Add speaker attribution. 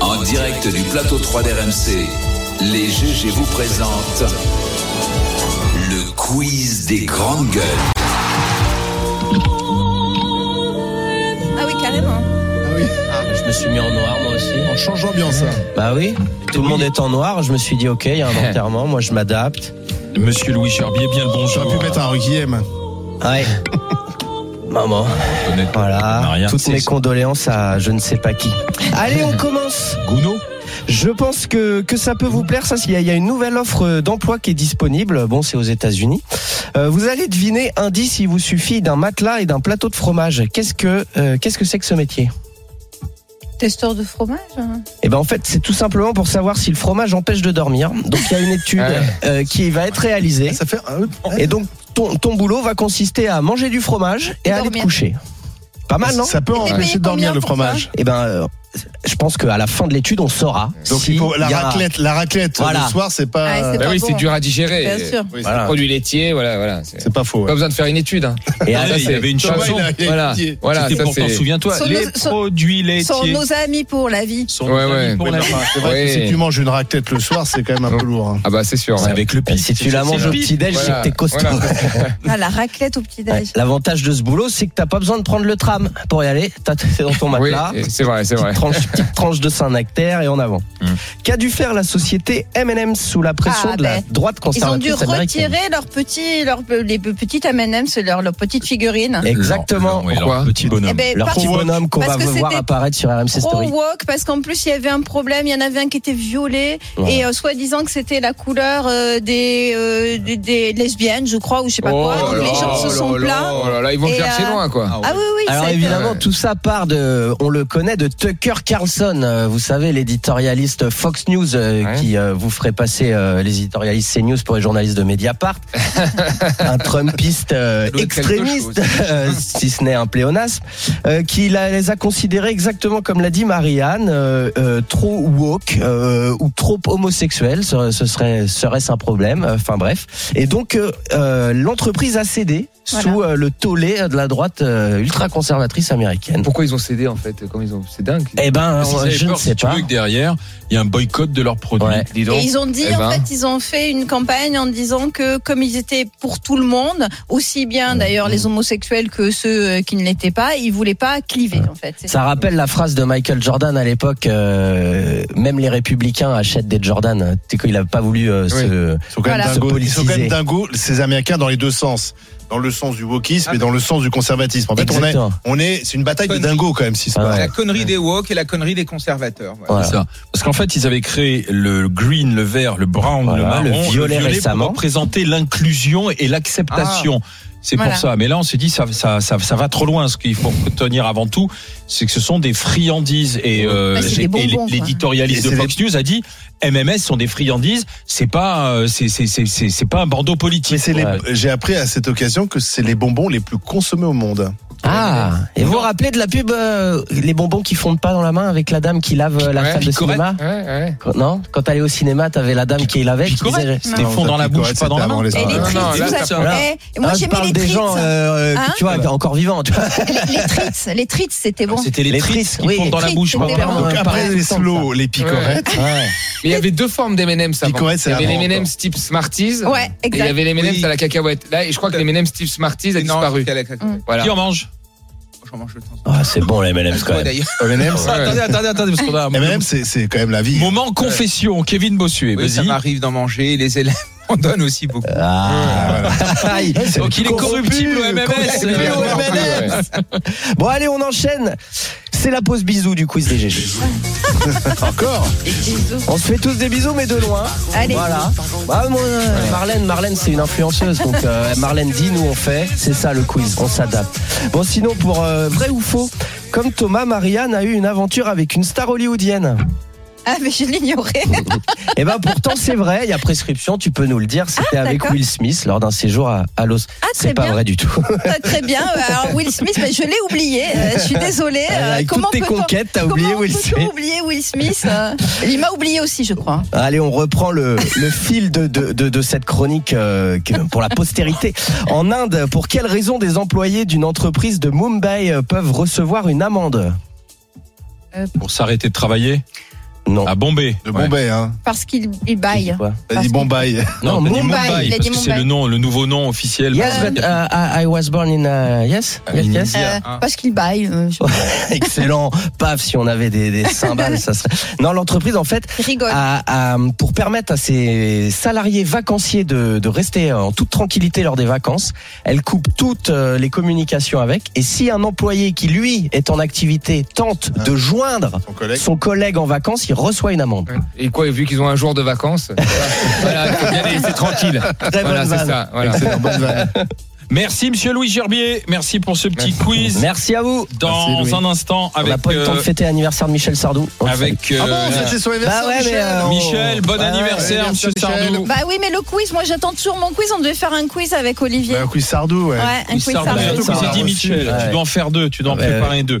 Speaker 1: En direct du plateau 3 d'RMC, les GG vous présentent le quiz des grandes gueules.
Speaker 2: Ah oui, carrément.
Speaker 3: Je me suis mis en noir moi aussi.
Speaker 4: On change d'ambiance. hein.
Speaker 3: Bah oui, tout le monde est en noir. Je me suis dit ok, il y a un enterrement, moi je m'adapte.
Speaker 5: Monsieur Louis Charbier, bien le bonjour.
Speaker 4: J'aurais pu mettre un requiem.
Speaker 3: Ouais. Maman,
Speaker 5: Honnêtement, on n'a
Speaker 3: voilà.
Speaker 5: rien.
Speaker 3: Toutes mes
Speaker 5: C'est-
Speaker 3: condoléances à je ne sais pas qui. Allez, on commence.
Speaker 5: Gounod
Speaker 3: Je pense que, que ça peut vous plaire. Ça, il y a, il y a une nouvelle offre d'emploi qui est disponible. Bon, c'est aux États-Unis. Euh, vous allez deviner indice. Il vous suffit d'un matelas et d'un plateau de fromage. Qu'est-ce que euh, qu'est-ce que c'est que ce métier
Speaker 2: Testeur de fromage hein.
Speaker 3: Eh ben en fait, c'est tout simplement pour savoir si le fromage empêche de dormir. Donc il y a une étude euh, qui va être réalisée.
Speaker 4: Ah Ça fait euh, un.
Speaker 3: Et donc, ton, ton boulot va consister à manger du fromage et,
Speaker 2: Et
Speaker 3: à aller te
Speaker 2: dormir.
Speaker 3: coucher. Pas
Speaker 2: Bah,
Speaker 3: mal, non
Speaker 4: Ah, Ça peut
Speaker 2: Mais payé
Speaker 4: empêcher de
Speaker 2: combien
Speaker 4: dormir le
Speaker 2: pour
Speaker 4: fromage.
Speaker 3: Eh ben, euh, je pense qu'à la fin de l'étude, on saura.
Speaker 4: Donc
Speaker 3: si
Speaker 4: il faut la
Speaker 3: y a-
Speaker 4: raclette. La raclette
Speaker 3: Voilà.
Speaker 4: le soir, c'est pas.
Speaker 2: Ah, c'est
Speaker 6: Bah
Speaker 2: pas
Speaker 6: oui,
Speaker 2: bon.
Speaker 6: c'est dur à digérer.
Speaker 2: Bien sûr.
Speaker 4: Oui, c'est-
Speaker 5: Ah.
Speaker 3: Voilà.
Speaker 6: Produits laitiers, voilà, voilà. C'est-
Speaker 4: C'est pas faux. ouais.
Speaker 6: Pas besoin de faire une étude. Hein.
Speaker 3: Et
Speaker 5: Ah,
Speaker 3: à-
Speaker 5: là, il y avait une
Speaker 6: c'est-
Speaker 5: chanson.
Speaker 4: il a- il a
Speaker 6: Voilà,
Speaker 4: étudié.
Speaker 6: voilà,
Speaker 5: C'était
Speaker 6: ça
Speaker 2: pourtant
Speaker 5: pourtant,
Speaker 6: c'est.
Speaker 5: souviens-toi,
Speaker 2: Sont
Speaker 5: les
Speaker 2: nos- sont-
Speaker 5: produits
Speaker 2: Sont
Speaker 5: laitiers.
Speaker 2: nos amis pour la vie.
Speaker 5: Sont
Speaker 6: Ouais,
Speaker 5: nos amis
Speaker 6: ouais.
Speaker 5: pour
Speaker 4: Oui,
Speaker 5: la
Speaker 4: mais enfin,
Speaker 5: fin.
Speaker 4: c'est vrai que
Speaker 6: Ouais.
Speaker 4: si tu manges une raclette le soir, c'est quand même un peu lourd. hein.
Speaker 6: Ah bah c'est sûr.
Speaker 5: C'est
Speaker 6: ouais.
Speaker 5: Avec le pied.
Speaker 3: si tu la manges au petit déj, c'est que t'es costaud.
Speaker 6: Voilà.
Speaker 2: Ah, la raclette au
Speaker 3: Ouais.
Speaker 2: petit-déj.
Speaker 3: L'avantage de ce boulot, c'est que t'as pas besoin de prendre le tram pour y aller. T'as- C'est dans ton
Speaker 6: Oui,
Speaker 3: matelas.
Speaker 6: et c'est vrai, c'est vrai.
Speaker 3: Petite tranche, petite tranche de Saint-Nectaire et en avant. Qu'a dû faire la société M&M's sous la pression
Speaker 2: Ah,
Speaker 3: de la
Speaker 2: ben,
Speaker 3: droite
Speaker 2: Ils ont dû
Speaker 3: conservatrice américaine
Speaker 2: retirer leurs petits, leurs, les petites M&M's, leurs, leurs petites figurines.
Speaker 3: Exactement.
Speaker 5: Oui, alors,
Speaker 6: Pourquoi
Speaker 5: Petit
Speaker 2: Eh
Speaker 5: bonhomme.
Speaker 2: ben,
Speaker 3: M&M, Leur
Speaker 2: par-
Speaker 3: petit bonhomme qu'on
Speaker 2: Parce
Speaker 3: va
Speaker 2: que
Speaker 3: voir
Speaker 2: c'était
Speaker 3: apparaître sur RMC
Speaker 2: Pro
Speaker 3: Story.
Speaker 2: woke parce qu'en plus il y avait un problème, il y en avait un qui était violet
Speaker 3: Voilà.
Speaker 2: et euh, soi-disant que c'était la couleur euh, des, euh, des des lesbiennes, je crois ou je sais pas quoi.
Speaker 6: Oh
Speaker 2: Donc,
Speaker 6: là
Speaker 2: les gens
Speaker 6: là,
Speaker 2: se
Speaker 6: oh
Speaker 2: sont
Speaker 6: là là,
Speaker 2: plaints.
Speaker 6: oh là là, ils vont
Speaker 2: Et,
Speaker 6: chercher
Speaker 2: euh,
Speaker 6: loin, quoi.
Speaker 2: Ah oui oui,
Speaker 3: Alors
Speaker 2: ça a été-
Speaker 3: évidemment,
Speaker 6: Ouais.
Speaker 3: tout ça part de, on le connaît, de Tucker Carlson, euh, vous savez, l'éditorialiste Fox News euh,
Speaker 6: Ouais.
Speaker 3: qui euh, vous ferait passer euh, les éditorialistes CNews pour les journalistes de Mediapart. un Trumpiste euh,
Speaker 6: Ça doit être quelque
Speaker 3: extrémiste, euh, si ce n'est un pléonasme, euh, qui la- les a considérés exactement comme l'a dit Marianne, euh, euh, trop woke euh, ou trop homosexuel, ce, ce serait serait-ce un problème euh, Enfin bref. Et donc euh, euh, l'entreprise a cédé
Speaker 2: Voilà.
Speaker 3: sous euh, le tollé de la droite ultra conservatrice
Speaker 2: Ah.
Speaker 3: américaine.
Speaker 6: Pourquoi ils ont cédé en fait Comme ils ont, c'est dingue.
Speaker 3: Eh ben,
Speaker 5: Parce qu'ils
Speaker 3: euh,
Speaker 5: avaient
Speaker 3: je ne
Speaker 5: peur,
Speaker 3: sais
Speaker 5: si tu
Speaker 3: pas.
Speaker 5: veux, que derrière, il y a un boycott de leurs produits.
Speaker 3: Ouais.
Speaker 6: Dis
Speaker 2: Et ils ont dit,
Speaker 6: Eh
Speaker 2: en
Speaker 6: ben.
Speaker 2: fait, ils ont fait une campagne en disant que comme ils étaient pour tout le monde, aussi bien d'ailleurs les homosexuels que ceux euh, qui ne l'étaient pas, ils voulaient pas cliver en fait. C'est
Speaker 3: Ça rappelle la phrase de Michael Jordan à l'époque. euh, même les républicains achètent des Jordan. Tu sais qu'il a pas voulu euh, se.
Speaker 4: Ils sont quand même
Speaker 2: Voilà.
Speaker 4: dingos.
Speaker 3: Se
Speaker 4: Ils sont quand même
Speaker 3: politiser.
Speaker 4: dingos, ces Américains, dans les deux sens. Dans le sens du wokisme et dans le sens du conservatisme. En fait, on est,
Speaker 3: Exactement.
Speaker 4: on est, c'est une bataille de
Speaker 7: Fun.
Speaker 4: dingos quand même, si c'est
Speaker 3: Ah ouais.
Speaker 4: pas.
Speaker 7: La connerie des woke et la connerie des conservateurs. voilà.
Speaker 3: Voilà.
Speaker 5: C'est ça. Parce qu'en fait, ils avaient créé le green, le vert, le brown,
Speaker 3: Voilà,
Speaker 5: le marron,
Speaker 3: le
Speaker 5: le
Speaker 3: violet
Speaker 5: violet,
Speaker 3: récemment.
Speaker 5: pour représenter l'inclusion et l'acceptation. C'est pour
Speaker 2: Voilà.
Speaker 5: ça. Mais là, on s'est dit, ça, ça, ça, ça va trop loin. Ce qu'il faut retenir avant tout, c'est que ce sont des friandises. Et, euh,
Speaker 2: Bah, c'est des
Speaker 5: et
Speaker 2: bonbons, quoi.
Speaker 5: l'éditorialiste
Speaker 4: Et
Speaker 5: de
Speaker 4: c'est
Speaker 5: Fox News a dit, MMS sont des friandises. C'est pas, euh, c'est, c'est, c'est, c'est, c'est pas un bandeau
Speaker 4: Mais
Speaker 5: politique.
Speaker 4: c'est les-
Speaker 3: Ouais.
Speaker 4: j'ai appris à cette occasion que c'est les bonbons les plus consommés au monde.
Speaker 3: Ah, et vous vous rappelez de la pub euh, Les bonbons qui fondent pas dans la main avec la dame qui lave euh, la
Speaker 6: Ouais,
Speaker 3: salle de
Speaker 5: picorette.
Speaker 3: cinéma
Speaker 6: Ouais, ouais.
Speaker 3: Quand- Non Quand t'allais au cinéma, t'avais la dame qui lavait. Qui disait,
Speaker 5: Picorette. C'était
Speaker 2: Non.
Speaker 5: fond dans la bouche, pas dans la main.
Speaker 4: Avant les-
Speaker 2: Et les
Speaker 6: non,
Speaker 2: tricks,
Speaker 6: non, là,
Speaker 2: vous
Speaker 6: ça
Speaker 2: savez-
Speaker 3: parle-
Speaker 2: Eh, moi
Speaker 3: Ah, je
Speaker 2: j'aimais
Speaker 3: parle
Speaker 2: les
Speaker 3: des
Speaker 2: tricks.
Speaker 3: gens euh,
Speaker 2: Hein
Speaker 3: tu vois, encore vivants. tu vois.
Speaker 2: Les, les tricks, les tricks,
Speaker 3: Ah,
Speaker 2: c'était bon.
Speaker 5: Ah. C'était les,
Speaker 3: Les
Speaker 5: tristes
Speaker 3: tristes,
Speaker 5: qui
Speaker 3: oui,
Speaker 5: fondent dans
Speaker 2: les
Speaker 5: la bouche,
Speaker 2: tristes,
Speaker 5: pas dans la
Speaker 2: c'était
Speaker 5: main.
Speaker 3: vraiment-
Speaker 4: Donc
Speaker 3: Ouais,
Speaker 4: après
Speaker 3: pareil,
Speaker 4: les
Speaker 3: ça me semble,
Speaker 4: slow, les picorettes.
Speaker 3: Ouais.
Speaker 6: Mais il y avait deux formes d'M&M's avant.
Speaker 4: Picorette, c'est
Speaker 6: Il y avait
Speaker 4: avant,
Speaker 6: les M&M's type Smarties.
Speaker 2: Ouais,
Speaker 6: Et il y
Speaker 2: exact.
Speaker 6: avait les M&M's
Speaker 7: Oui.
Speaker 6: à la cacahuète. Là, et je crois que les M&M's type Smarties a
Speaker 7: C'est énorme,
Speaker 6: disparu.
Speaker 7: c'est à la claque.
Speaker 2: Mm.
Speaker 6: Voilà.
Speaker 5: Qui en mange
Speaker 7: J'en mange le temps.
Speaker 3: Ah, c'est bon les MLMs quand
Speaker 7: Toi,
Speaker 3: même.
Speaker 7: d'ailleurs.
Speaker 4: M&M's,
Speaker 5: Ah, Attendez, attendez, attendez, parce qu'on a un moment-
Speaker 4: M&M's, c'est c'est quand même la vie.
Speaker 5: moment confession. Kevin Bossuet,
Speaker 7: Oui, ça
Speaker 5: vas-y.
Speaker 7: m'arrive d'en manger. Les élèves en donnent aussi beaucoup.
Speaker 3: Ah, Aïe.
Speaker 5: Donc il est corruptible au MMS.
Speaker 3: Corruptible au MMS. Bon allez, on enchaîne. C'est la pause bisous du quiz des GG.
Speaker 4: Encore
Speaker 3: On se fait tous des bisous, mais de loin.
Speaker 2: Allez.
Speaker 3: Voilà. Bah, moi, euh, Marlène, Marlène, c'est une influenceuse. Donc, euh, Marlène dit, nous, on fait. C'est ça, le quiz. On s'adapte. Bon, sinon, pour euh, vrai ou faux, comme Thomas, Marianne a eu une aventure avec une star hollywoodienne.
Speaker 2: Ah mais je l'ignorais.
Speaker 3: Et ben, pourtant, c'est vrai. Il y a prescription, tu peux nous le dire. C'était avec
Speaker 2: Ah, d'accord.
Speaker 3: Will Smith lors d'un séjour à, à Los.
Speaker 2: Ah
Speaker 3: C'est
Speaker 2: très
Speaker 3: pas
Speaker 2: bien,
Speaker 3: vrai du tout.
Speaker 2: Ah, très bien. Alors Will Smith, mais je l'ai oublié. euh, je suis désolée. euh,
Speaker 3: Ah, Avec toutes tes
Speaker 2: peut-on-
Speaker 3: conquêtes, t'as
Speaker 2: comment
Speaker 3: oublié Will
Speaker 2: peut-on
Speaker 3: Smith.
Speaker 2: oublier Will Smith euh Il m'a oublié aussi, je crois.
Speaker 3: Allez, on reprend le, le fil de, de, de, de cette chronique euh, que- pour la postérité. En Inde, pour quelles raisons des employés d'une entreprise de Mumbai euh, peuvent recevoir une amende
Speaker 5: Pour s'arrêter de travailler.
Speaker 3: Non.
Speaker 5: À Bombay.
Speaker 4: De Bombay, hein.
Speaker 2: Parce qu'il il baille.
Speaker 3: Quoi
Speaker 4: T'as
Speaker 2: Parce
Speaker 4: dit
Speaker 2: que-
Speaker 4: Bombay.
Speaker 3: Non,
Speaker 5: t'as dit
Speaker 2: Mumbai, il a dit
Speaker 5: parce que c'est
Speaker 2: Mumbai.
Speaker 5: le nom, le nouveau nom officiel.
Speaker 3: Yes, but uh, I, I was born in uh, yes,
Speaker 5: Ah,
Speaker 3: yes,
Speaker 5: in
Speaker 3: yes.
Speaker 2: Euh,
Speaker 4: hein.
Speaker 6: Ah.
Speaker 2: Parce qu'il baille. euh, je-
Speaker 3: Excellent. Paf, si on avait des, des cymbales, ça serait. Non, l'entreprise en fait
Speaker 2: Il rigole.
Speaker 3: à- à- pour permettre à ses salariés vacanciers de, de rester en toute tranquillité lors des vacances, elle coupe toutes euh, les communications avec. Et si un employé qui, lui, est en activité tente
Speaker 4: Ah.
Speaker 3: de joindre
Speaker 4: Son collègue.
Speaker 3: son collègue en vacances, il reçoit une amende.
Speaker 6: Et quoi, vu qu'ils ont un jour de vacances, voilà, il faut bien les laisser tranquilles.
Speaker 3: Très
Speaker 6: Voilà,
Speaker 3: bonne
Speaker 6: c'est
Speaker 3: vanne.
Speaker 6: ça. Voilà.
Speaker 4: C'est dans bonne vanne.
Speaker 5: Merci, monsieur Louis Gerbier. Merci pour ce petit
Speaker 6: Merci.
Speaker 5: quiz.
Speaker 3: Merci à vous.
Speaker 5: Dans
Speaker 4: Merci, Louis.
Speaker 5: un instant,
Speaker 3: On n'a
Speaker 5: avec.
Speaker 3: pas eu le temps de
Speaker 5: euh,
Speaker 3: fêter l'anniversaire de Michel Sardou. On le salue.
Speaker 5: avec euh,
Speaker 4: Ah bon, c'était son anniversaire,
Speaker 3: Bah ouais, mais
Speaker 4: Michel.
Speaker 3: euh, on-
Speaker 5: Michel, bon
Speaker 3: Ouais,
Speaker 5: anniversaire,
Speaker 4: ouais,
Speaker 5: monsieur
Speaker 4: merci, Michel.
Speaker 5: Sardou.
Speaker 2: Bah oui, mais le quiz, moi j'attends toujours mon quiz. On devait faire un quiz avec Olivier.
Speaker 4: Bah, un quiz Sardou, ouais.
Speaker 2: ouais, un quiz
Speaker 5: Sardou,
Speaker 2: Sardou.
Speaker 5: surtout qu'on s'est dit,
Speaker 4: Ouais.
Speaker 5: Michel, tu dois en faire deux, tu dois en
Speaker 3: Ouais.
Speaker 5: préparer deux.